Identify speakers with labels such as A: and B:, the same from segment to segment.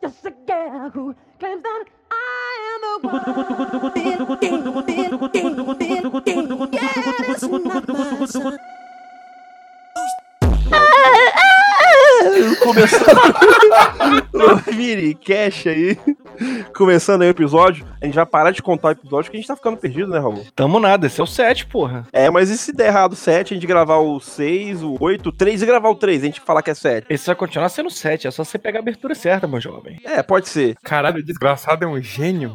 A: It's a girl who claims that I am the one. Big, big, big, big, big, big. Yeah, that's not my son.
B: Ô, Vini, cash aí. Começando aí o episódio, a gente vai parar de contar o episódio que a gente tá ficando perdido, né, Raul?
C: Tamo nada, esse é o 7, porra.
B: É, mas e se der errado o 7, a gente gravar o 6, o 8, o 3 e gravar o 3, a gente falar que é 7?
C: Esse vai continuar sendo 7, é só você pegar a abertura certa, meu jovem.
B: É, pode ser.
D: Caralho, o desgraçado é um gênio.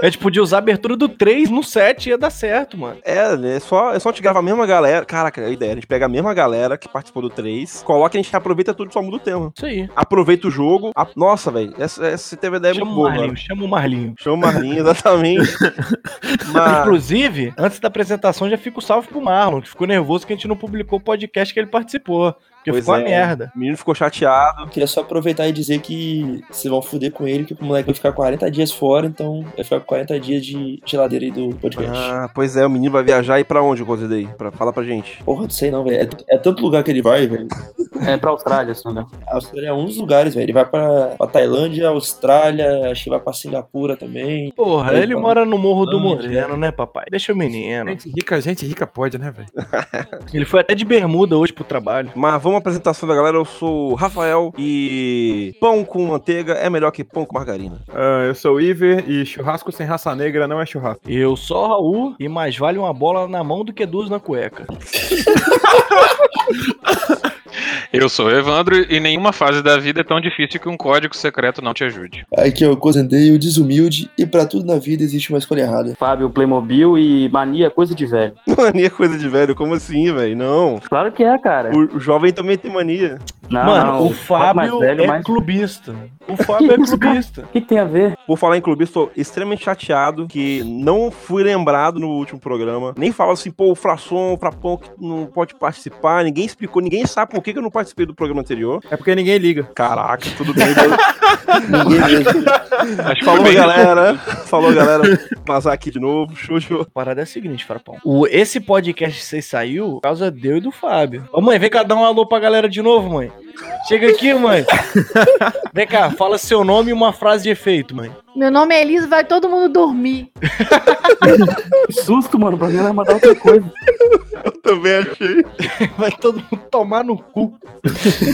C: A gente podia usar a abertura do 3 no 7 ia dar certo, mano.
B: É, né, é só, é só a gente gravar a mesma galera. Caraca, a ideia, a gente pega a mesma galera que participou do 3, coloca, a gente aproveita tudo, só muda o tema.
C: Isso aí.
B: Aproveita o jogo. a- Nossa, velho, essa, essa você teve a ideia
C: Chama
B: muito
C: o
B: É boa,
C: Marlinho,
B: mano.
C: chama o Marlinho.
B: Chama o Marlinho, exatamente. Mas...
C: Inclusive, antes da apresentação já fica o salve pro Marlon, que ficou nervoso que a gente não publicou o podcast que ele participou. Porque
B: Pois
C: ficou
B: é.
C: uma merda.
B: O menino ficou chateado.
E: Queria só aproveitar e dizer que vocês vão fuder com ele, que o moleque vai ficar 40 dias fora, então vai ficar com 40 dias de geladeira aí do podcast.
B: Ah, pois é, o menino vai viajar e pra onde, Gozedei? Pra falar pra gente.
E: Porra, não sei não, velho. É, é tanto lugar que ele vai, velho.
F: É pra Austrália, se não me engano.
E: A Austrália é um dos lugares, velho. Ele vai pra, pra Tailândia, Austrália, acho que vai pra Singapura também.
C: Porra,
E: Aí,
B: é.
C: ele
E: mano.
C: mora no Morro do
E: Ah,
C: Moreno, né, papai? Deixa o menino.
D: Gente rica, gente rica pode, né, velho?
C: Ele foi até de bermuda hoje pro trabalho.
B: Mas vamos à apresentação da galera. Eu sou o Rafael e pão com manteiga é melhor que pão com margarina.
D: Ah, eu sou o Iver e churrasco sem raça negra não é churrasco.
C: Eu sou o Raul e mais vale uma bola na mão do que duas na cueca.
G: Eu sou o Evandro e nenhuma fase da vida é tão difícil que um código secreto não te ajude.
E: Aqui é o Cozendei, o desumilde, e pra tudo na vida existe uma escolha errada.
F: Fábio, Playmobil e mania é coisa de velho.
B: Mania é coisa de velho, como assim, velho? Não.
F: Claro que é, cara.
B: O, o jovem também tem mania.
F: Não,
C: Mano,
F: não,
C: o
F: quanto
C: Fábio
F: mais velho,
C: é
F: mais...
C: clubista. O Fábio é
F: isso, cara?
C: clubista.
F: O que tem a ver?
B: Por falar em clube, estou extremamente chateado que não fui lembrado no último programa. Nem fala assim, pô, o Frasson, o Frapão que não pode participar. Ninguém explicou, ninguém sabe por que que eu não participei do programa anterior.
D: É porque ninguém liga.
B: Caraca, tudo bem. Deus,
E: Ninguém mesmo.
G: Acho que
B: Falou,
G: foi bem-
B: galera. Falou, galera. Passar aqui de novo. Xuxu.
C: A parada é a seguinte, Frapão. O, esse podcast que vocês saiu por causa deu e do Fábio. Ô mãe, vem cá dar um alô pra galera de novo, mãe. Chega aqui, mãe. Vem cá, fala seu nome e uma frase de efeito, mãe.
H: Meu nome é Elisa, vai todo mundo dormir.
F: Que susto, mano. Pra mim vai mandar outra coisa.
B: Eu também achei.
C: Vai todo mundo tomar no cu.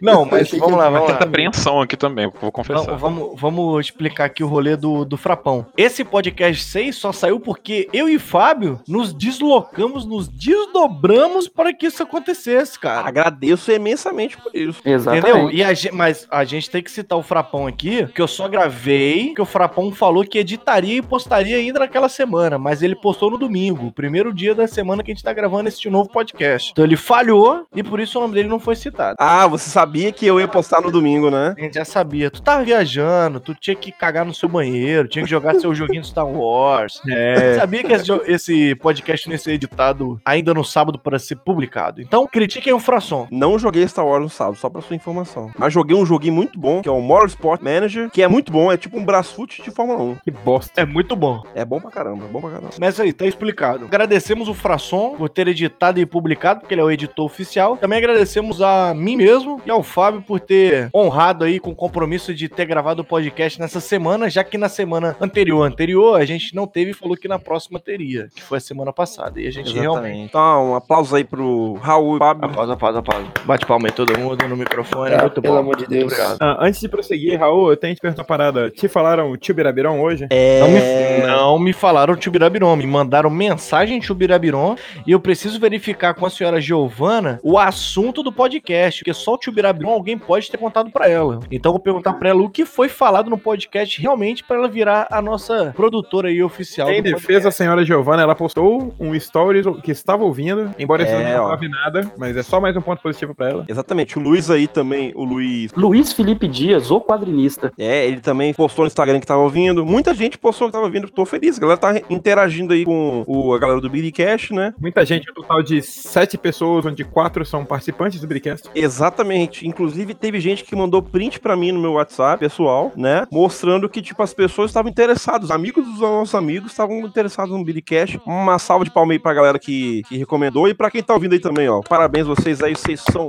C: Não, mas
E: Achei que
C: vamos lá, vamos lá.
G: Tanta apreensão aqui também, Ah, vou confessar.
C: Vamos, vamos, vamos explicar aqui o rolê do, do Frapão. Esse podcast 6 só saiu porque eu e Fábio nos deslocamos, nos desdobramos para que isso acontecesse, cara.
B: Agradeço imensamente por isso.
F: Exatamente.
C: Entendeu? E a gente, mas a gente tem que citar o Frapão aqui, que eu só gravei, que o Frapão falou que editaria e postaria ainda naquela semana, mas ele postou no domingo, o primeiro dia da semana que a gente tá gravando esse novo podcast. Então ele falhou e por isso o nome dele não foi citado.
B: Ah, você sabia que eu ia postar no domingo, né?
C: A gente já sabia. Tu tava viajando, tu tinha que cagar no seu banheiro, tinha que jogar seu joguinho do Star Wars.
D: É.
C: Sabia que esse, jo- esse podcast não ia ser editado ainda no sábado para ser publicado. Então, critiquem o Frasson.
B: Não joguei Star Wars no sábado, só pra sua informação. Mas joguei um joguinho muito bom, que é o Motorsport Manager, que é muito bom, é tipo um braçute de Fórmula
D: Que bosta.
C: É muito bom.
B: 1. É bom pra caramba, é bom pra caramba.
C: Mas é aí, tá explicado. Agradecemos o Frasson por ter editado e publicado, porque ele é o editor oficial. Também agradecemos a mim mesmo e ao Fábio por ter honrado aí com o compromisso de ter gravado o podcast nessa semana, já que na semana anterior, anterior, a gente não teve e falou que na próxima teria, que foi a semana passada. E a gente realmente.
B: Então, um aplauso aí pro Raul e Fábio.
C: Pausa, pausa, pausa. Bate palma aí todo mundo no microfone.
E: Ah,
C: muito
E: pelo
C: bom.
E: amor de Deus.
C: Muito obrigado.
D: Ah, antes de prosseguir, Raul, eu tenho que te perguntar uma parada. Te falaram tio Birabirão hoje?
C: Não me, não me falaram Tubirabiron, me mandaram mensagem Tubirabiron e eu preciso verificar com a senhora Giovana o assunto do podcast, porque só o Tubirabiron alguém pode ter contado pra ela. Então eu vou perguntar pra ela o que foi falado no podcast realmente pra ela virar a nossa produtora aí oficial.
D: Em
C: do
D: defesa, a senhora Giovana, ela postou um story que estava ouvindo, embora isso
B: É,
D: não
B: ó.
D: grave nada, mas é só mais um ponto positivo pra ela.
B: Exatamente, o Luiz aí também, o Luiz.
F: Luiz Felipe Dias, o quadrinista.
B: É, ele também postou no Instagram que tava ouvindo. Muita gente postou que tava ouvindo. Tô feliz. A galera tá interagindo aí com o- a galera do Billy Cash, né?
D: Muita gente, um total de sete pessoas, onde quatro são participantes do Bricast.
B: Exatamente. Inclusive, teve gente que mandou print pra mim no meu WhatsApp pessoal, né? Mostrando que, tipo, as pessoas estavam interessadas. Os amigos dos nossos amigos estavam interessados no Billy Cash. Uma salva de palma aí pra galera que, que recomendou. E pra quem tá ouvindo aí também, ó. Parabéns vocês aí. Vocês são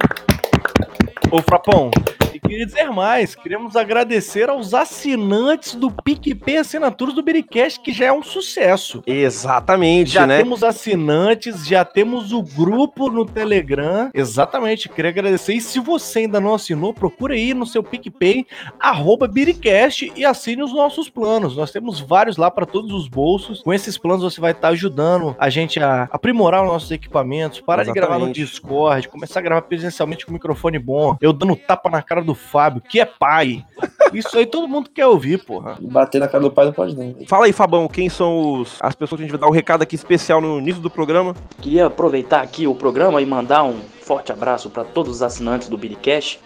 C: Ô, Frapão, e que queria dizer mais. Queremos agradecer aos assinantes do PicPay Assinaturas do Biricast, que já é um sucesso.
B: Exatamente,
C: Já
B: né?
C: temos assinantes, já temos o grupo no Telegram. Exatamente, queria agradecer. E se você ainda não assinou, procura aí no seu PicPay, arroba Biricast e assine os nossos planos. Nós temos vários lá para todos os bolsos. Com esses planos você vai estar ajudando a gente a aprimorar os nossos equipamentos, parar de gravar no
B: Exatamente.
C: Discord, começar a gravar presencialmente com um microfone bom, eu dando tapa na cara do Fábio, que é pai. Isso aí todo mundo quer ouvir, porra.
E: Bater na cara do pai não pode não. velho.
B: Fala aí, Fabão, quem são os, as pessoas que a gente vai dar o recado aqui especial no início do programa?
F: Queria aproveitar aqui o programa e mandar um forte abraço para todos os assinantes do Biricast.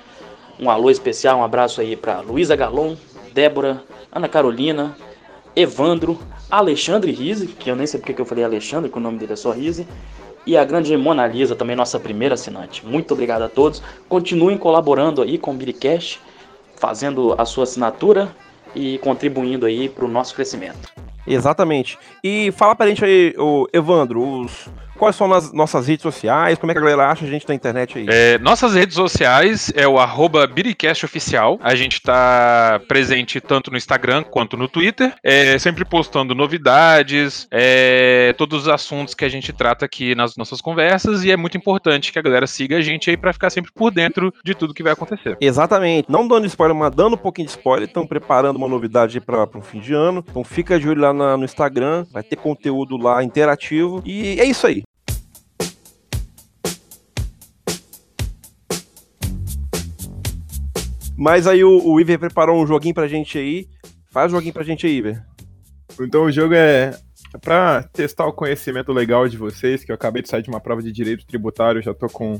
F: Um alô especial, um abraço aí para Luísa Galon, Débora, Ana Carolina, Evandro, Alexandre Rizzi, que eu nem sei porque que eu falei Alexandre, que o nome dele é só Rizzi, e a grande Mona Lisa, também nossa primeira assinante. Muito obrigado a todos. Continuem colaborando aí com o Biricast, fazendo a sua assinatura e contribuindo aí para o nosso crescimento.
B: Exatamente. E fala pra gente aí, ô, Evandro, os, quais são as nossas redes sociais, como é que a galera acha a gente na internet aí?
G: É, nossas redes sociais é o arroba Biricast Oficial. A gente tá presente tanto no Instagram quanto no Twitter. É, sempre postando novidades, é, todos os assuntos que a gente trata aqui nas nossas conversas. E é muito importante que a galera siga a gente aí pra ficar sempre por dentro de tudo que vai acontecer.
B: Exatamente. Não dando spoiler, mas dando um pouquinho de spoiler. Estão preparando uma novidade para o fim de ano. Então fica de olho lá na- no Instagram. Vai ter conteúdo lá interativo. E é isso aí. Mas aí o, o Iver preparou um joguinho pra gente aí. Faz o joguinho pra gente aí, Iver.
D: Então o jogo é pra testar o conhecimento legal de vocês, que eu acabei de sair de uma prova de direito tributário, já tô com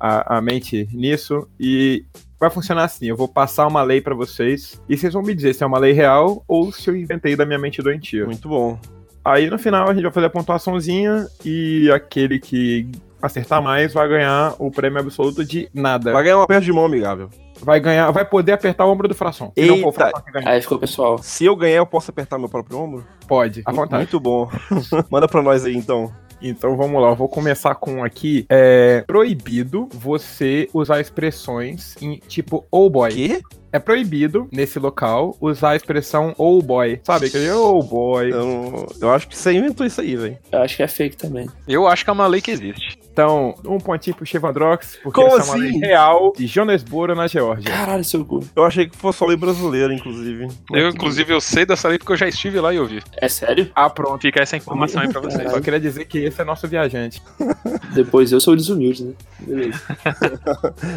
D: a, a mente nisso e vai funcionar assim, eu vou passar uma lei pra vocês e vocês vão me dizer se é uma lei real ou se eu inventei da minha mente doentia.
B: Muito bom.
D: Aí no final a gente vai fazer a pontuaçãozinha e aquele que acertar mais vai ganhar o prêmio absoluto de nada.
B: Vai ganhar uma perna de mão amigável.
D: Vai ganhar, vai poder apertar o ombro do fração. Se não for o
B: Eita.
D: fração que ganha,
E: Aí ficou pessoal.
B: Se eu ganhar, eu posso apertar meu próprio ombro?
D: pode. À vontade.
B: Muito bom. Manda pra nós aí, então.
D: Então vamos lá, eu vou começar com um aqui. É proibido você usar expressões em tipo oh boy.
B: Quê?
D: É proibido nesse local usar a expressão oh boy. Sabe aquele oh boy?
B: Eu, não- eu acho que você inventou isso aí, velho.
E: Eu acho que é fake também.
G: Eu acho que é uma lei que existe.
D: Então, um pontinho pro Chevadrox, porque
B: Como
D: é uma lei
B: assim?
D: real de Jonesboro na Geórgia.
E: Caralho, seu cu.
B: Eu achei que fosse só lei brasileira, inclusive.
G: Eu, inclusive, eu sei dessa lei porque eu já estive lá e ouvi.
E: É sério?
D: Ah, pronto.
G: Fica essa informação aí pra vocês.
D: Só queria dizer que esse é nosso viajante.
E: Depois eu sou desumilde, né? Beleza.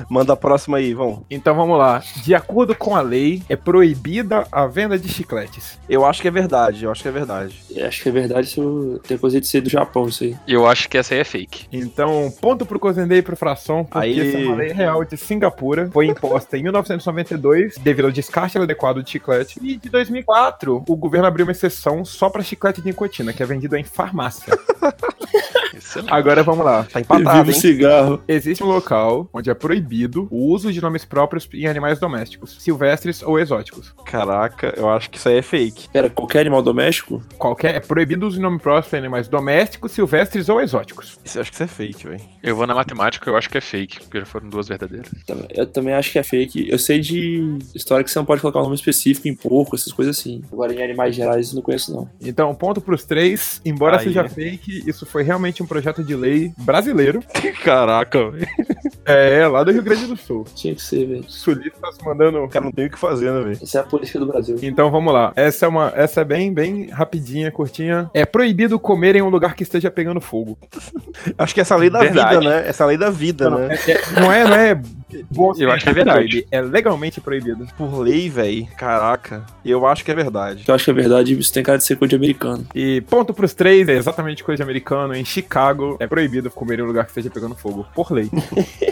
B: Manda a próxima aí, vão.
D: Então vamos lá. De acordo com a lei, é proibida a venda de chicletes.
B: Eu acho que é verdade, eu acho que é verdade.
E: Eu acho que é verdade se eu... tem coisa de ser do Japão isso aí.
G: Eu acho que essa aí é fake.
D: Então, ponto pro Cozendei e pro Fração, porque
B: Aí.
D: essa é uma lei real de Singapura. Foi imposta em 1992 devido ao descarte inadequado de chiclete. E de 2004, o governo abriu uma exceção só pra chiclete de nicotina, que é vendido em farmácia.
G: Excelente.
D: Agora vamos lá.
B: Tá empatado,
E: Viva o
B: hein?
E: cigarro.
D: Existe um local onde é proibido o uso de nomes próprios em animais domésticos, silvestres ou exóticos.
B: Caraca, eu acho que isso aí é fake.
E: Pera, qualquer animal doméstico?
D: Qualquer é proibido o uso de nome próprio em animais domésticos, silvestres ou exóticos.
B: Isso, eu acho que isso é fake, velho.
G: Eu vou na matemática, eu acho que é fake, porque já foram duas verdadeiras.
E: Tam- Tá, Eu também acho que é fake. Eu sei de história que você não pode colocar um nome específico em porco, essas coisas assim. Agora em animais gerais eu não conheço não.
D: Então, ponto pros três. Embora
B: Aí.
D: seja fake, isso foi realmente um projeto de lei brasileiro.
B: Caraca, velho.
D: É, lá do Rio Grande do Sul.
E: Tinha que ser, velho.
D: Sulistas mandando.
B: O cara não tem o que fazer, né, velho?
E: Essa é a política do Brasil.
D: Então vamos lá. Essa é uma, essa é bem, bem rapidinha, curtinha. É proibido comer em um lugar que esteja pegando fogo.
B: Acho que essa é a lei da
G: Verdade.
B: vida, né? Essa é a lei da vida, né?
D: Não é, não é bom.
G: Eu acho que é verdade.
D: proibir, É legalmente proibido.
B: Por lei, velho. Caraca, eu acho que é verdade.
E: Eu acho que é verdade, isso tem cara de ser coisa de americano.
D: E ponto pros três, é exatamente coisa de americano. Em Chicago, é proibido comer em um lugar que esteja pegando fogo, por lei.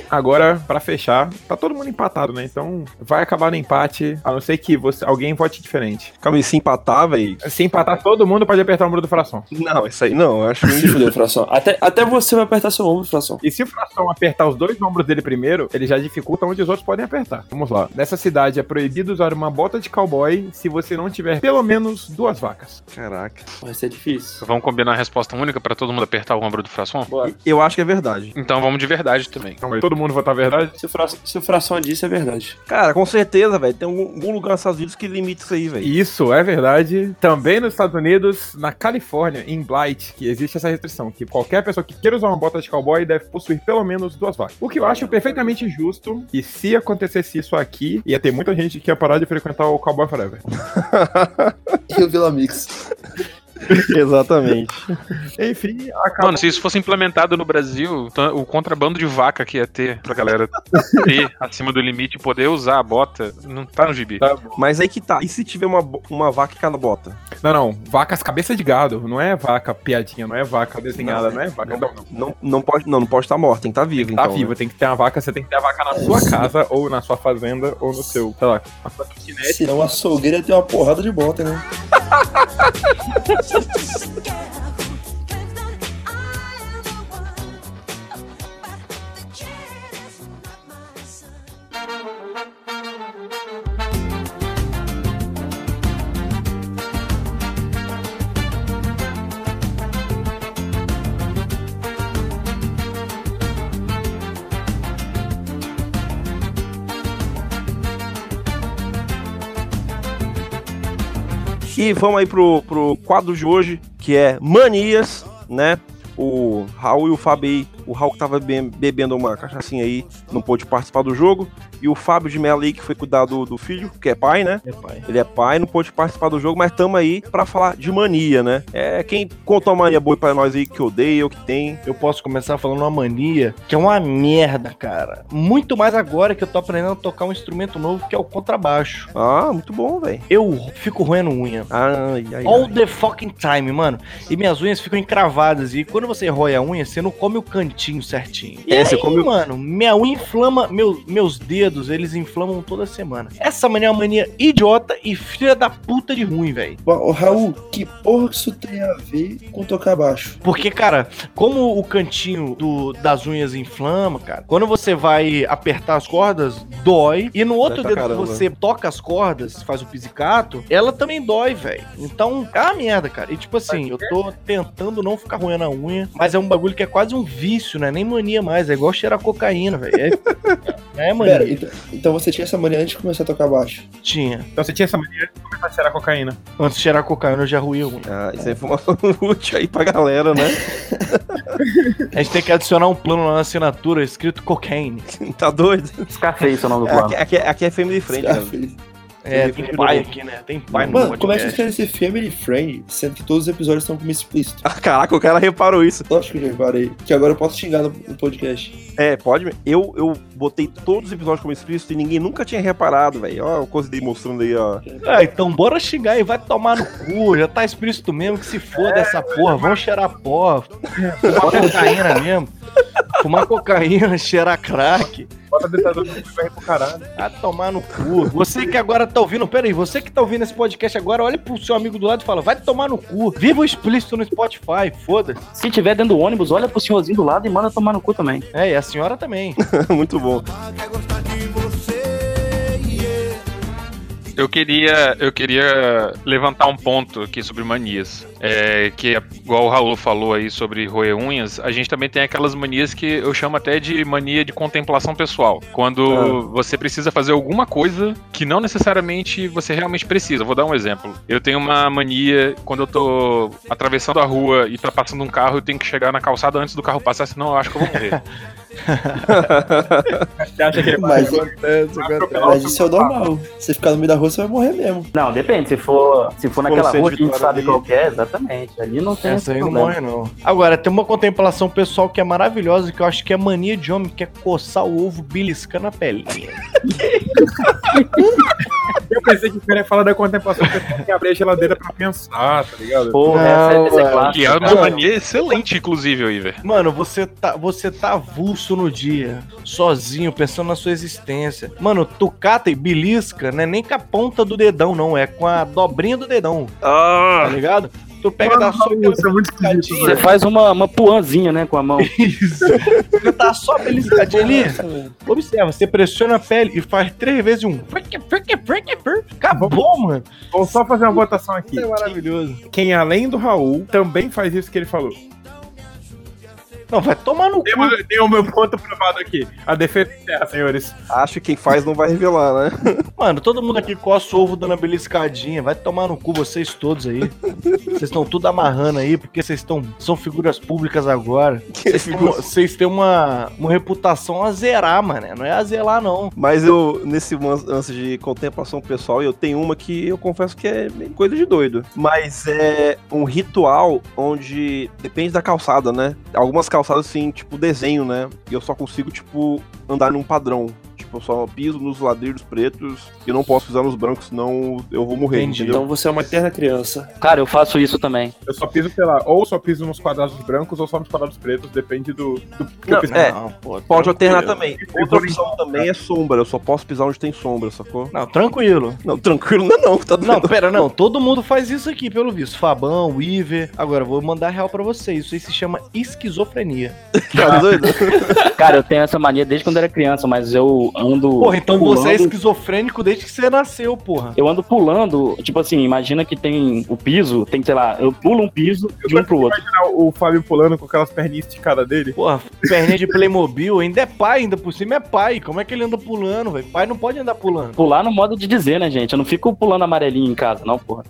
D: Agora, pra fechar, tá todo mundo empatado, né? Então vai acabar no empate, a não ser que você, alguém vote diferente.
B: Calma aí, se empatar, velho.
D: Se empatar todo mundo, pode apertar o ombro do fração.
B: Não, isso aí não, eu acho
E: Se
B: que.
E: fudeu, Fração. Até, até você vai apertar seu ombro, Fração.
D: E se o fração apertar os dois ombros dele primeiro, ele já dificulta onde os outros podem apertar. Vamos lá. Nessa cidade é proibido usar uma bota de cowboy se você não tiver pelo menos duas vacas.
B: Caraca.
E: Vai ser é difícil.
G: Então Vamos combinar a resposta única pra todo mundo apertar o ombro do fração?
E: Bora.
B: Eu acho que é verdade.
G: Então vamos de verdade também.
D: Então todo mundo votar verdade?
E: Se o, fra- se o fração disse, é verdade.
B: Cara, com certeza, velho. Tem algum algum lugar nos Estados Unidos que limita isso aí, velho.
D: E Isso é verdade. Também nos Estados Unidos, na Califórnia, em Blight, que existe essa restrição, que qualquer pessoa que queira usar uma bota de cowboy deve possuir pelo menos duas vacas. O que eu acho perfeitamente justo, e se acontecesse isso aqui, ia ter muita gente que ia parar de frequentar o Cowboy Forever.
E: E o Vila Mix.
B: Exatamente.
D: Enfim, acabou.
G: Mano, se isso fosse implementado no Brasil, ta- o contrabando de vaca que ia ter pra galera ter acima do limite e poder usar a bota, não tá no gibi.
D: Tá bom.
B: Mas aí que tá. E se tiver uma, bo- uma vaca em cada bota?
D: Não, não. Vacas cabeça de gado. Não é vaca piadinha, não é vaca desenhada,
B: Não,
D: não, é vaca. Não, não.
B: Não, não pode não, não pode estar morta, tem que estar viva,
D: Tá
B: então.
D: viva, tem que ter uma vaca, você tem que ter a vaca na sua casa, ou na sua fazenda, ou no seu, sei lá, na sua kitnet.
E: Senão o açougueiro ia ter uma porrada de bota, né?
B: E vamos aí pro, pro quadro de hoje, que é Manias, né? O Raul e o Fábio aí, o Raul que tava be- bebendo uma cachaçinha aí, não pôde participar do jogo. E o Fábio de Mello aí, que foi cuidar do, do filho, que é pai, né?
E: É, pai.
B: Ele é pai, não pôde participar do jogo, mas tamo aí pra falar de mania, né? É quem conta uma mania boa pra nós aí, que odeia, ou que tem.
C: Eu posso começar falando uma mania que é uma merda, cara. Muito mais agora que eu tô aprendendo a tocar um instrumento novo que é o contrabaixo.
B: Ah, muito bom, velho.
C: Eu fico roendo unha.
B: Ai, ai,
C: All
B: ai.
C: the fucking time, mano. E minhas unhas ficam encravadas. E quando você rói a unha, você não come o cantinho certinho. E
B: É, você
C: aí,
B: come o-
C: mano, minha unha inflama, meu, meus dedos, eles inflamam toda semana. Essa mania é uma mania idiota e filha da puta de ruim, velho.
E: Ô, Raul, que porra que isso tem a ver com tocar baixo?
C: Porque, cara, como o cantinho do- das unhas inflama, cara, quando você vai apertar as cordas, dói. E no outro
B: pra
C: dedo
B: caramba.
C: que você toca as cordas, faz o pisicato, ela também dói, velho. Então, é uma merda, cara. E tipo assim, eu tô tentando não ficar roendo a unha, mas é um bagulho que é quase um vício, né? Nem mania mais. É igual cheirar cocaína, velho. É, é mania.
E: Pera, então, então você tinha essa mania antes de começar a tocar baixo.
C: Tinha.
D: Então você tinha essa mania de começar a cheirar cocaína.
C: Antes de cheirar cocaína, eu já ruí a unha.
B: Ah, isso é informação útil aí pra galera, né?
C: A gente tem que adicionar um plano lá na assinatura escrito cocaine.
B: tá doido?
F: Scarface é o nome do plano.
B: Aqui, aqui, aqui é family friend, cara.
E: Scarface.
C: É, tem pai aqui, né? Tem pai
D: Hum.
C: no
E: Ah, Mano, como é
C: podcast.
E: que vocês querem ser family friend, sendo que todos os episódios estão como explícito?
B: Ah, caraca, o cara reparou isso.
E: Lógico que eu já reparei, que agora eu posso xingar no, no podcast.
B: É, pode. me- Eu, eu botei todos os episódios como explícito e ninguém nunca tinha reparado, velho. Ó, eu considerei mostrando aí, ó.
C: Ah, então bora xingar e vai tomar no cu. Já tá explícito mesmo que se
D: É.
C: foda essa porra. Vamos cheirar pó. Fumar cocaína mesmo. Fumar cocaína, cheirar crack.
D: Bota a ditadura do vai pro caralho.
C: Vai tomar no cu. Você que agora tá ouvindo, pera aí, você que tá ouvindo esse podcast agora, olha pro seu amigo do lado e fala, vai tomar no cu. Viva o explícito no Spotify, foda-se.
F: Se tiver dentro do ônibus, olha pro senhorzinho do lado e manda tomar no cu também.
C: É, e a senhora também.
B: Muito bom.
G: Eu queria, eu queria levantar um ponto aqui sobre manias. É, que, é igual o Raul falou aí sobre roer unhas, a gente também tem aquelas manias que eu chamo até de mania de contemplação pessoal. Quando você precisa fazer alguma coisa que não necessariamente você realmente precisa. Vou dar um exemplo. Eu tenho uma mania quando eu tô atravessando a rua e tá passando um carro, eu tenho que chegar na calçada antes do carro passar, senão eu acho que eu vou morrer.
D: Você acha que ele vai
E: Mas, mas isso é o normal. Você ficar no meio da rua, você vai morrer mesmo.
F: Não, depende. Se for, se for naquela
B: você é
F: rua
B: de
F: que a gente
B: Vitória
F: sabe
B: ali.
F: qual que é, exatamente. Ali não tem
C: Essa aí não é.
F: problema.
C: morre, não. Agora, tem uma contemplação pessoal que é maravilhosa, que eu acho que é mania de homem, que é coçar o ovo beliscando a pelinha.
D: Eu pensei que o cara ia falar da contemplação, porque tem que abrir a geladeira pra pensar, tá ligado?
F: Pô,
C: Não,
F: essa, essa é
C: mano.
G: E
F: clássica.
G: é uma
F: cara.
G: mania excelente, inclusive, o Iver.
C: Mano, você tá, você tá avulso no dia, sozinho, pensando na sua existência. Mano, tu cata e belisca, né? Nem com a ponta do dedão, não. É com a dobrinha do dedão, tá
G: Ah,
C: ligado? Tu pega da sua
D: é muito
F: Você faz uma, uma puanzinha, né, com a mão.
C: Isso. Você tá só beliscadinha ali. Observa, você pressiona a pele e faz três vezes um. Acabou, mano.
D: Vou só fazer uma votação aqui.
C: Isso é maravilhoso.
D: Quem além do Raul também faz isso que ele falou.
C: Não, vai tomar no
D: Tem,
C: cu.
D: o- tem o meu ponto provado aqui. A defesa encerra, senhores.
B: Acho que quem faz não vai revelar, né?
C: Mano, todo mundo aqui coça o ovo dando a beliscadinha. Vai tomar no cu vocês todos aí. Vocês estão tudo amarrando aí, porque vocês estão são figuras públicas agora.
B: Que figura.
C: Vocês têm uma, uma reputação a zerar, mano. Não é a zelar, não.
B: Mas eu, nesse man- lance de contemplação pessoal, eu tenho uma que eu confesso que é meio coisa de doido. Mas é um ritual onde depende da calçada, né? Algumas calçadas, assim, tipo desenho, né? E eu só consigo, tipo, andar num padrão. Tipo, eu só piso nos ladrilhos pretos e não posso pisar nos brancos, senão eu vou morrer,
C: Entendi.
B: entendeu?
E: Então você é uma eterna criança.
F: Cara, eu faço isso também.
D: Eu só piso pela. Ou só piso nos quadrados brancos ou só nos quadrados pretos, depende do. do que
B: Não,
D: eu pisar.
B: É,
C: Não, pô.
B: Pode alternar
D: tranquilo.
B: também.
D: E
B: Outra
D: por
B: opção também é sombra. Eu só posso pisar onde tem sombra, sacou?
C: Não, tranquilo.
B: Não, tranquilo não é não, tá
C: Não,
B: doido?
C: pera, não. Todo mundo faz isso aqui, pelo visto. Fabão, Iver. Agora, eu vou mandar real pra vocês. Isso aí se chama esquizofrenia.
B: Tá doido?
F: Cara, eu tenho essa mania desde quando era criança, mas eu ando.
C: Porra, então
F: pulando,
C: você é esquizofrênico desde que você nasceu, porra.
F: Eu ando pulando, tipo assim, imagina que tem o piso, tem, sei lá, eu pulo um piso de um pro outro.
D: Imaginar o Fábio pulando com aquelas perninhas esticadas dele.
C: Porra, perninha de Playmobil, ainda é pai, ainda por cima é pai. Como é que ele anda pulando, velho? Pai não pode andar pulando.
F: Pular no modo de dizer, né, gente? Eu não fico pulando amarelinho em casa, não, porra.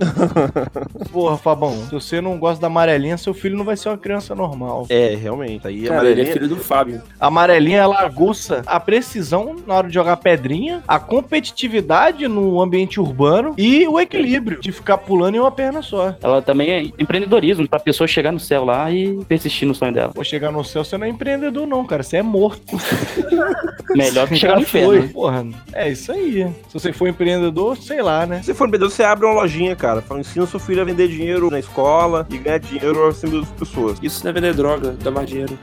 C: Porra, Fabão, se você não gosta da amarelinha, seu filho não vai ser uma criança normal.
B: É, realmente. Aí
E: Cara, ele é filho do Fábio.
C: A amarelinha, ela aguça a precisão na hora de jogar pedrinha, a competitividade no ambiente urbano e o equilíbrio de ficar pulando em uma perna só.
F: Ela também é empreendedorismo, pra pessoa chegar no céu lá e persistir no sonho dela.
C: Pô, chegar no céu, você não é empreendedor, não, cara. Você é morto.
F: Melhor que chegar
C: Já
F: no inferno. né?
C: foi. Porra, é isso aí. Se você for empreendedor, sei lá, né?
B: Se for empreendedor, você abre uma lojinha, cara. Fala, ensina seu filho a vender dinheiro na escola e ganhar dinheiro acima das pessoas.
E: Isso não é vender droga, dá mais dinheiro.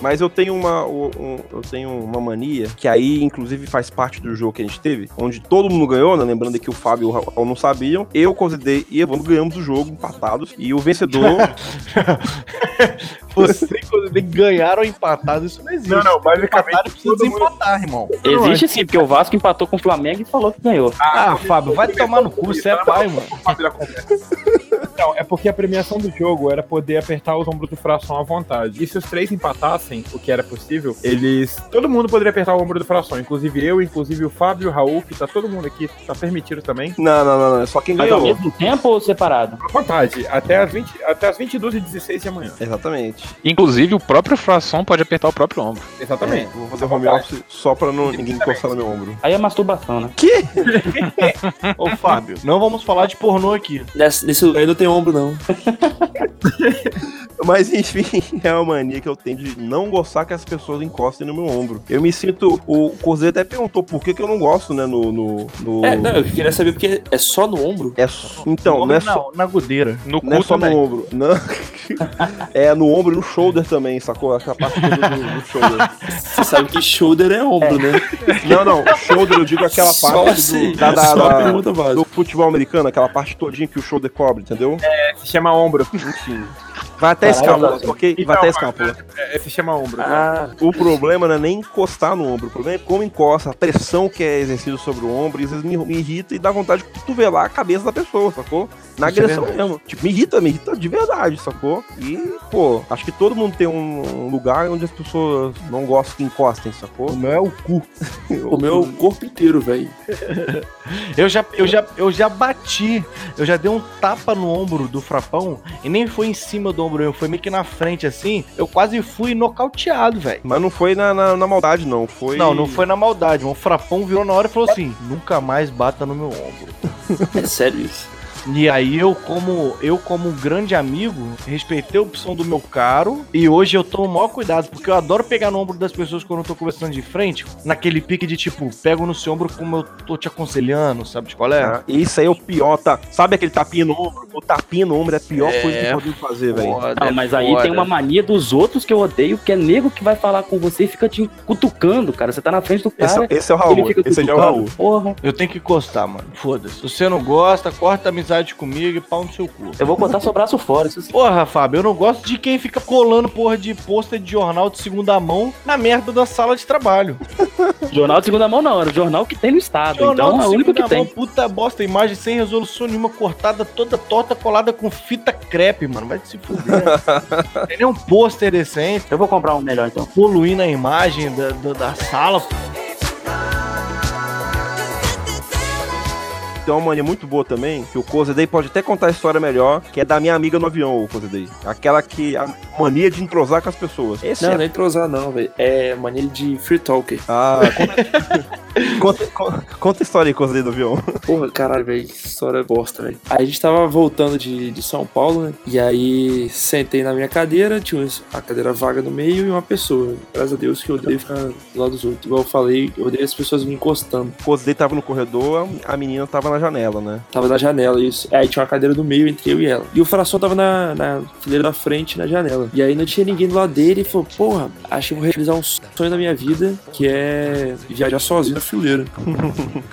B: Mas eu tenho uma, o- um- eu tenho uma mania, que aí, inclusive, faz parte do jogo que a gente teve, onde todo mundo ganhou, né? Lembrando que o Fábio e o Raul não sabiam. Eu, Cozidei e Evandro ganhamos o jogo, empatados. E o vencedor.
C: Você, quando ele ganharam empatado, isso não existe.
D: Não, não, basicamente
C: Empataram precisa
D: todo mundo-
C: desempatar, irmão.
F: Existe sim, porque o Vasco empatou com o Flamengo e falou que ganhou.
C: Ah, Fábio, vai tomar no cu, você é pai, mano.
D: Não, é porque a premiação do jogo era poder apertar os ombros do fração à vontade. E se os três empatassem, o que era possível, eles. Todo mundo poderia apertar o ombro do fração, inclusive eu, inclusive o Fábio, o Raul, que tá todo mundo aqui, tá permitido também.
B: não, não, não, não. É só quem
F: Mas ao
B: ganhou.
F: mesmo tempo ou separado?
D: À vontade, até as, 20, até as 22 e 16 de amanhã.
B: Exatamente.
G: Inclusive, o próprio fração pode apertar o próprio ombro.
D: Exatamente.
B: É, vou fazer home office só pra não, ninguém encostar no meu ombro.
F: Aí é masturbação, né?
C: Ô, Fábio, não vamos falar de pornô aqui.
E: Nesse, nesse lugar aí não tem ombro, não.
B: Mas enfim, é uma mania que eu tenho de não gostar que as pessoas encostem no meu ombro. Eu me sinto. O Cozê até perguntou por que, que eu não gosto, né? No. no, no-
E: É, não, eu queria saber porque é só no ombro.
B: É só- Então,
C: Homem
B: não é só.
C: na godeira.
G: No
B: Não é
G: cu
B: só no
G: também.
B: ombro. Não. é no ombro e no shoulder também, sacou? Aquela parte toda do, do shoulder.
E: Você sabe que shoulder é ombro, né?
B: Não, não. Shoulder, eu digo aquela
E: Só
B: parte
E: assim,
B: do, da, da-
E: só
B: da-
E: a pergunta básica.
B: do futebol americano, aquela parte todinha que o shoulder cobre, entendeu?
D: É. Se chama ombro.
B: Vai até a
F: Caralho,
B: escápula,
F: Adalto.
B: ok? Vai até a
D: Então,
B: escápula.
D: É, se chama ombro.
E: Ah,
B: O problema não é nem encostar no ombro, o problema é como encosta, a pressão que é exercida sobre o ombro, e às vezes me, me irrita e dá vontade de cotovelar a cabeça da pessoa, sacou? Na
C: Isso é
B: agressão
C: verdade.
B: mesmo. Tipo, me irrita, me irrita de verdade, sacou? E, pô, acho que todo mundo tem um lugar onde as pessoas não gostam que encostem,
C: O
B: sacou?
C: meu é o cu.
E: o meu corpo inteiro, velho.
C: Eu já, eu, já, eu já bati. Eu já dei um tapa no ombro do frapão. E nem foi em cima do ombro, eu foi meio que na frente assim. Eu quase fui nocauteado, velho.
B: Mas não foi na, na, na maldade, não. Foi.
C: Não, não foi É. na um maldade. mano. O frapão virou na hora e falou assim: nunca mais bata no meu ombro.
E: É sério isso.
C: E aí eu como eu como um grande amigo, respeitei a opção do meu caro e hoje eu tomo o maior cuidado, porque eu adoro pegar no ombro das pessoas quando eu tô conversando de frente, naquele pique de tipo, pego no seu ombro como eu tô te aconselhando, sabe de qual é?
B: Ah, Isso aí é o pior, tá? Sabe aquele tapinha no ombro? O tapinha no ombro é a pior coisa que podemos fazer, velho.
C: Foda,
I: Não, mas aí
C: foda.
I: tem uma mania dos outros que eu odeio, que é nego que vai falar com você e fica te cutucando, cara. Você tá na frente do
B: Esse,
I: cara,
B: esse é o
I: ele
B: Raul.
I: fica
B: Esse aí é o
I: cutucando.
B: Raul.
I: Porra.
C: Eu tenho que encostar, mano. Foda-se. Se você não gosta, corta a amizade comigo e pau no seu cu.
I: Eu vou cortar seu braço fora. Isso
C: Porra, Fábio, eu não gosto de quem fica colando porra de pôster de jornal de segunda mão na merda da sala de trabalho.
I: Jornal de segunda mão não, era o jornal que tem no estado. então é o único que tem.
C: puta bosta, imagem sem resolução nenhuma, cortada toda torta, colada com fita crepe, mano. Vai se fuder. Não tem nem um pôster decente,
I: Eu vou comprar um melhor então.
C: poluindo a imagem da, da, da sala.
B: Tem uma mania muito boa também, que o Cozedei pode até contar a história melhor, que é da minha amiga no avião, o Cozedei. Aquela que. A mania de entrosar com as pessoas. Esse
E: Não,
B: é.
E: não é entrosar não, velho. É mania de free talker.
B: Ah, conta, conta, conta a história aí, Cozedei do avião.
E: Porra, caralho, velho, que história bosta, velho. Aí a gente tava voltando de, de São Paulo, né? E aí sentei na minha cadeira, tinha uns- a cadeira vaga no meio e uma pessoa. Graças a Deus que eu odeio ficar do lado dos outros. Igual eu falei, eu odeio as pessoas me encostando.
B: O Cozedei tava no corredor, a menina tava na janela, né?
E: Tava na janela, isso. É, Aí tinha uma cadeira no meio entre eu e ela. E o Fração tava na, na fileira da frente, na janela. E aí não tinha ninguém do lado dele e falou, porra, acho que eu vou realizar um sonho da minha vida, que é viajar sozinho na fileira.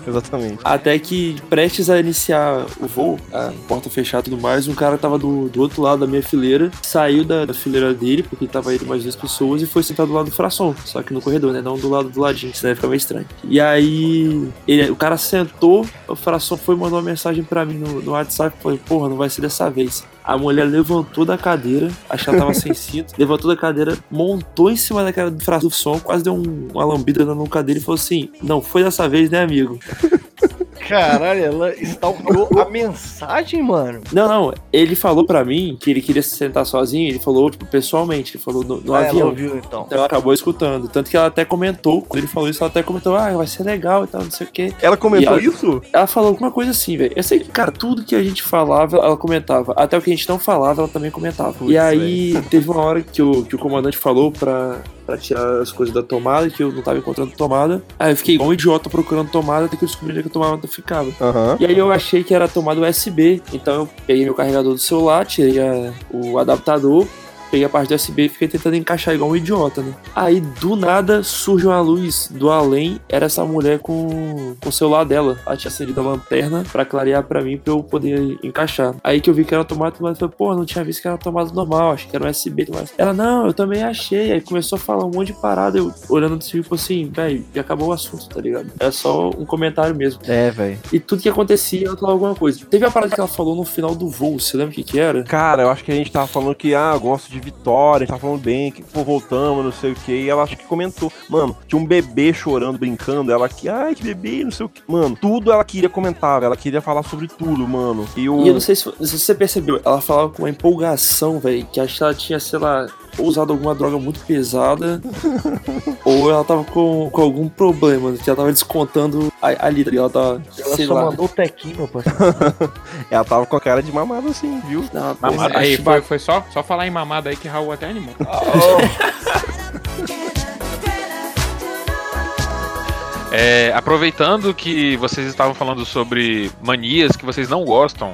B: Exatamente.
E: Até que, prestes a iniciar o voo, a porta fechada e tudo mais, um cara tava do, do outro lado da minha fileira, saiu da, da fileira dele, porque tava ele e mais duas pessoas, e foi sentar do lado do fração, só que no corredor, né? Não do lado do ladinho, que senão ia ficar meio estranho. E aí, ele- o cara sentou, o fração foi mandar uma mensagem pra mim no, no WhatsApp, falei, porra, não vai ser dessa vez. A mulher levantou da cadeira, acho que ela tava sem cinto, levantou da cadeira, montou em cima da cara do fração do som, quase deu um- uma lambida na nuca dele e falou assim, não foi dessa vez, né, amigo?
C: Caralho, ela stalkeou a mensagem, mano.
E: Não, não. Ele falou pra mim que ele queria se sentar sozinho. Ele falou, tipo, pessoalmente. Ele falou no, no
B: é
C: Ah, ela
E: avião.
C: ouviu então.
E: Então ela acabou escutando. Tanto que ela até comentou, quando ele falou isso, ela até comentou, ah, vai ser legal e tal, não sei o quê.
B: Ela comentou
E: E
B: isso?
E: Ela falou alguma coisa assim, velho. Eu sei que, cara, tudo que a gente falava, ela comentava. Até o que a gente não falava, ela também comentava.
B: Putz,
E: e aí, teve uma hora que o, que o comandante falou pra, pra tirar as coisas da tomada, que eu não tava encontrando tomada. Aí eu fiquei igual um idiota procurando tomada, até que eu descobri onde é que a tomada ficava.
B: Aham.
E: E aí eu achei que era tomada USB, então eu peguei meu carregador do celular, tirei a- o adaptador, peguei a parte do USB e fiquei tentando encaixar igual um idiota, né? Aí do nada surge uma luz do além, era essa mulher com, com o celular dela. Ela tinha acendido a lanterna pra clarear pra mim pra eu poder encaixar. Aí que eu vi que era uma tomada, mas eu falei, pô, não tinha visto que era uma tomada normal, achei que era um USB, tudo mais. Ela, não, eu também achei. Aí começou a falar um monte de parada, eu olhando tipo assim, velho, já acabou o assunto, tá ligado? Era só um comentário mesmo.
B: É, velho.
E: E tudo que acontecia, ela falava alguma coisa. Teve a parada que ela falou no final do voo, você lembra o que que era?
B: Cara, eu acho que a gente tava falando que, ah, eu gosto de vitória, a gente tava falando bem, que, pô, voltamos, não sei o que, e ela acho que comentou. Mano, tinha um bebê chorando, brincando, ela que, ai, que bebê, não sei o que. Mano, tudo ela queria comentar, velho, ela queria falar sobre tudo, mano. E o.
E: E eu não sei se, não sei se você percebeu, ela falava com uma empolgação, velho, que acho que ela tinha, sei lá, ou usado alguma droga muito pesada, ou ela tava com, com algum problema, que ela tava descontando a- ali, tá ligado? Ela tava,
C: Ela
E: sei
C: só
E: lá.
C: mandou o tequinho, meu parceiro.
B: Ela tava com a cara de mamada assim, viu?
E: Não,
D: é.
J: Mamada
E: acho
J: aí,
E: que-
J: foi, foi só, só falar em mamada aí que Raul até animou.
D: Ah,
G: É, aproveitando que vocês estavam falando sobre manias que vocês não gostam,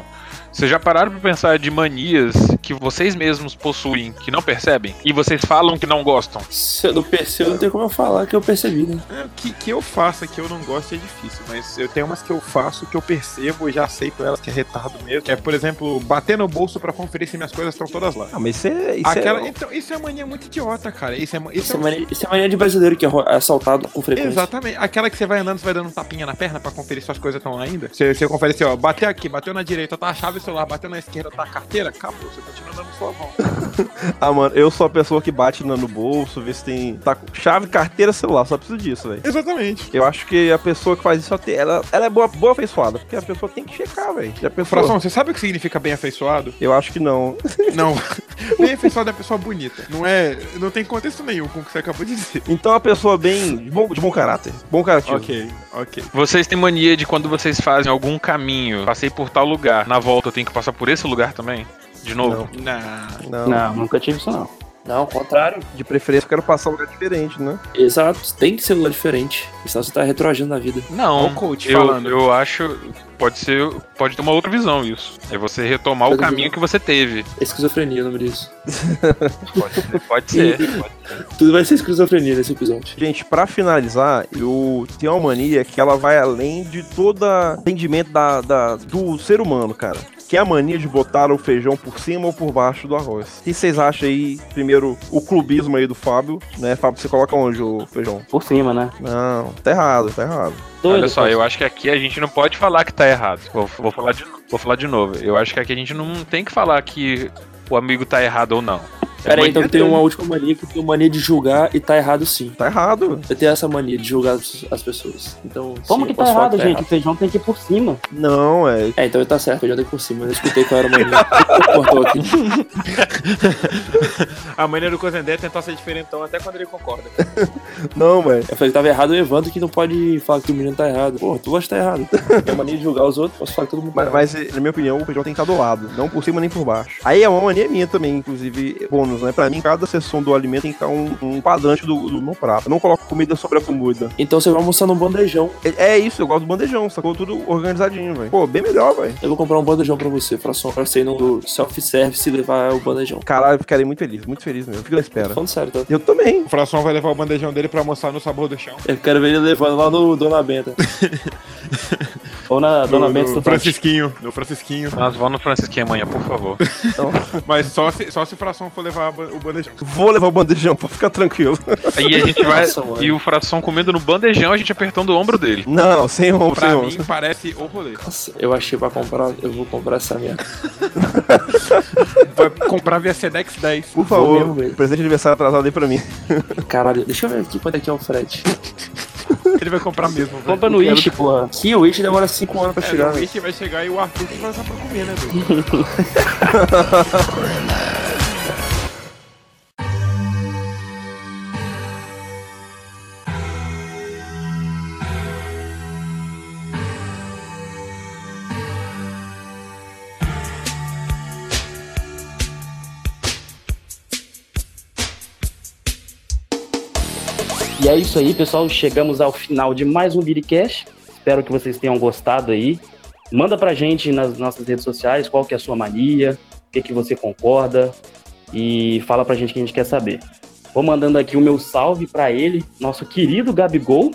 G: vocês já pararam pra pensar de manias que vocês mesmos possuem, que não percebem? E vocês falam que não gostam?
E: Se eu não percebo, não tem como eu falar que eu percebi, né?
D: É, Que, que eu faça que eu não gosto é difícil, mas eu tenho umas que eu faço que eu percebo e já aceito elas que é retardo mesmo. Que é, por exemplo, bater no bolso pra conferir se minhas coisas estão todas lá.
B: Ah, mas isso é. Isso
D: Aquela-
B: é...
D: Então, isso é mania muito idiota, cara. Isso é, ma- isso
E: Isso
D: é
E: é mania, isso é mania de brasileiro que é ro- é assaltado com frequência.
D: Exatamente. Aquela que você vai andando, você vai dando um tapinha na perna pra conferir se as coisas estão lá ainda. Você, você confere assim, ó, bateu aqui, bateu na direita, tá a chave do celular, bateu na esquerda, tá a carteira, acabou, você continua dando sua mão.
B: Ah, mano, eu sou a pessoa que bate na- no bolso, vê se tem. Tá com chave, carteira, celular, só preciso disso, velho.
D: Exatamente.
B: Eu acho que a pessoa que faz isso, ela tem- ela, ela é boa, boa afeiçoada, porque a pessoa tem que checar, velho. E a pessoa-
D: Fração, você sabe o que significa bem afeiçoado?
B: Eu acho que não.
D: Não. Bem pessoal da pessoa bonita. Não é. Não tem contexto nenhum com o que você acabou de dizer.
B: Então é uma pessoa bem. de bom, de bom caráter. Bom caráter.
D: Ok, ok.
G: Vocês têm mania de quando vocês fazem algum caminho, passei por tal lugar, na volta eu tenho que passar por esse lugar também? De novo?
J: Não.
B: Não.
I: Não, nunca tive isso não.
E: Não, ao contrário.
B: De preferência, eu quero passar um lugar diferente, né?
E: Exato, tem que ser um lugar diferente. Senão você tá retroagindo na vida.
G: Não.
D: Olha o coach
G: eu,
D: falando.
G: eu acho. Pode ser. Pode ter uma outra visão isso. É você retomar o
E: Outra
G: caminho
E: visão.
G: que você teve.
E: É esquizofrenia o nome disso.
G: Pode ser. Pode ser.
E: Tudo vai ser esquizofrenia nesse episódio.
B: Gente, pra finalizar, eu tenho uma mania que ela vai além de todo entendimento da, da- do ser humano, cara. Que é a mania de botar o feijão por cima ou por baixo do arroz. O que vocês acham aí, primeiro, o clubismo aí do Fábio, né? Fábio, você coloca onde o feijão?
I: Por cima, né?
B: Não, tá errado, tá errado.
I: Doido,
G: Olha só,
I: cara.
G: eu acho que aqui a gente não pode falar que tá errado. Vou, vou falar, de, vou falar de novo. Eu acho que aqui a gente não tem que falar que o amigo tá errado ou não.
E: Pera aí,
G: Mania
E: então tem uma última mania que eu tenho mania de julgar e tá errado sim.
B: Tá errado.
E: Eu tenho essa mania de julgar as as pessoas. Então,
I: Como
E: sim,
I: que
E: eu
I: tá
E: posso falar
B: é
I: errado, gente? O feijão tem que ir por cima.
B: Não, é.
E: É, então tá certo, eu já dei por cima. Eu escutei qual era a mania. Cortou aqui.
J: A maneira do Cozendé é tentar ser diferentão até quando ele concorda.
B: Não, é.
E: Eu falei que tava errado o Evandro que não pode falar que o menino tá errado. Porra, tu gosta que tá errado. Eu tenho mania de julgar os outros, posso falar que todo mundo tá
B: Mas,
E: errado.
B: mas, eh, na minha opinião, o feijão tem que estar do lado, não por cima nem por baixo. Aí é uma mania minha também, inclusive, bônus, né? Pra mim, cada seção do alimento tem que estar um, um quadrante do, do meu prato. Eu não coloco comida sobre a comida.
E: Então você vai almoçar num bandejão.
B: É, é isso, eu gosto do bandejão, sacou? Tudo organizadinho, velho. Pô, bem melhor, velho.
E: Eu vou comprar um bandejão pra você, pra só pra você ir no self-service e levar o bandejão.
B: Caralho, eu ficarei muito feliz, muito feliz mesmo. Fico na
E: Tô
B: espera.
E: falando sério, tá?
B: Eu também.
D: O Fração vai levar o bandejão dele pra mostrar no sabor do chão.
E: Eu quero ver ele levando lá no Dona Benta.
I: Ou na Dona
D: No-
I: Bento
E: tá
D: no
I: do
D: Francisquinho, no Francisquinho.
G: Nós vamos no Francisquinho amanhã, por favor.
D: Mas só se, só se o Fração for levar a ba- o bandejão.
B: Vou levar o bandejão pra ficar tranquilo.
G: E a gente vai.
E: Nossa, mano.
G: e o fração comendo no bandejão, a gente apertando o ombro dele.
B: Não, sem ombro, sem
D: Pra
B: ombro.
D: mim, parece o rolê.
E: Nossa, eu achei pra comprar, eu vou comprar essa merda.
D: Vai comprar via Sedex 10.
B: Por
E: Vou
B: favor,
E: mesmo, velho.
B: presente de aniversário atrasado aí pra mim.
E: Caralho, deixa eu ver aqui quanto é que é o frete.
D: Ele vai comprar mesmo. velho.
I: Compra no Ishi, porra.
E: Que o Wish demora 5 anos pra
D: É,
E: chegar. né?
D: o
E: velho.
D: Wick vai chegar e o Arthur tem que passar pra comer, né, velho?
I: E é isso aí, pessoal. Chegamos ao final de mais um Biricast. Espero que vocês tenham gostado aí. Manda pra gente nas nossas redes sociais qual que é a sua mania, o que, que você concorda e fala pra gente o que a gente quer saber. Vou mandando aqui o meu salve pra ele, nosso querido Gabigol,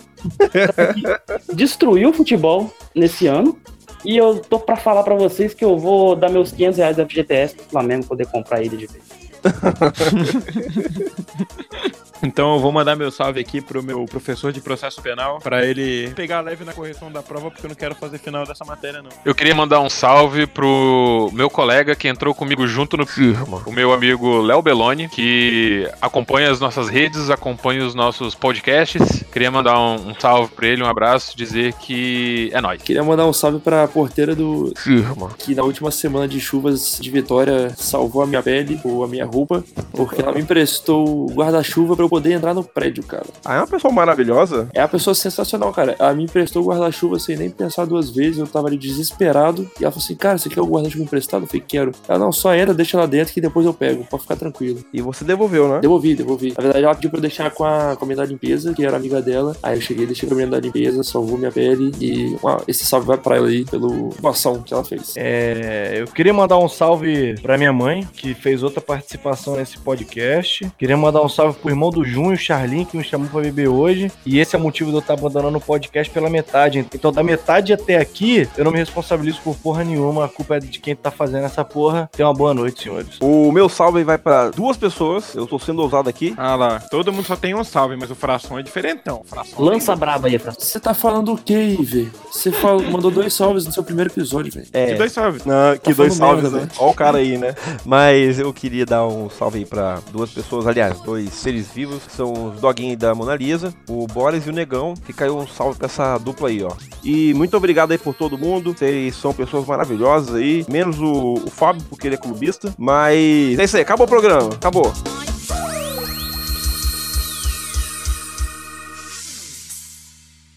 I: que destruiu o futebol nesse ano. E eu tô pra falar pra vocês que eu vou dar meus 500 reais da FGTS pro Flamengo poder comprar ele de vez.
J: Então eu vou mandar meu salve aqui pro meu professor de processo penal, pra ele pegar leve na correção da prova, porque eu não quero fazer final dessa matéria, não.
G: Eu queria mandar um salve pro meu colega que entrou comigo junto no firma, o meu amigo Léo Belloni, que acompanha as nossas redes, acompanha os nossos podcasts. Queria mandar um, um salve pra ele, um abraço, dizer que é nóis.
E: Queria mandar um salve pra porteira do.
G: Firma.
E: Que na última semana de chuvas de Vitória salvou a minha pele ou a minha roupa, porque ela me emprestou o guarda-chuva pra eu poder entrar no prédio, cara.
B: Ah, é uma pessoa maravilhosa.
E: É uma pessoa sensacional, cara. Ela me emprestou o guarda-chuva sem nem pensar duas vezes. Eu tava ali desesperado. E ela falou assim: Cara, você quer o guarda-chuva emprestado? Eu falei: Quero. Ela não, só entra, deixa lá dentro que depois eu pego. Pode ficar tranquilo.
B: E você devolveu, né?
E: Devolvi, devolvi. Na verdade, ela pediu pra eu deixar com a, com a menina da limpeza, que era amiga dela. Aí eu cheguei, deixei com a menina da limpeza, salvou minha pele. E ó, esse salve vai pra ela aí, pelo doação que ela fez.
C: É, eu queria mandar um salve pra minha mãe, que fez outra participação nesse podcast. Queria mandar um salve pro irmão do Junho, Charlin, que me chamou pra beber hoje. E esse é o motivo de eu estar abandonando o podcast pela metade. Então, da metade até aqui, eu não me responsabilizo por porra nenhuma. A culpa é de quem tá fazendo essa porra. Tenha uma boa noite, senhores.
B: O meu salve aí vai pra duas pessoas. Eu tô sendo ousado aqui.
D: Ah lá, todo mundo só tem um salve, mas o Fração é diferente.
J: Então, fração.
I: Lança braba aí, Francisco.
E: Você tá falando o quê, aí, velho? Você fala- mandou dois salves no seu primeiro episódio, velho.
B: É.
J: Que dois salves.
B: Não, que
E: Tá
B: dois
E: falando
B: salves,
E: merda,
B: né? Ó o cara aí, né? Mas eu queria dar um salve aí pra duas pessoas, aliás, dois seres vivos, que são os doguinhos da Mona Lisa, o Boris e o Negão. Fica aí um salve pra essa dupla aí, ó. E muito obrigado aí por todo mundo. Vocês são pessoas maravilhosas aí, menos o, o Fábio, porque ele é clubista. Mas é isso aí, acabou o programa, acabou.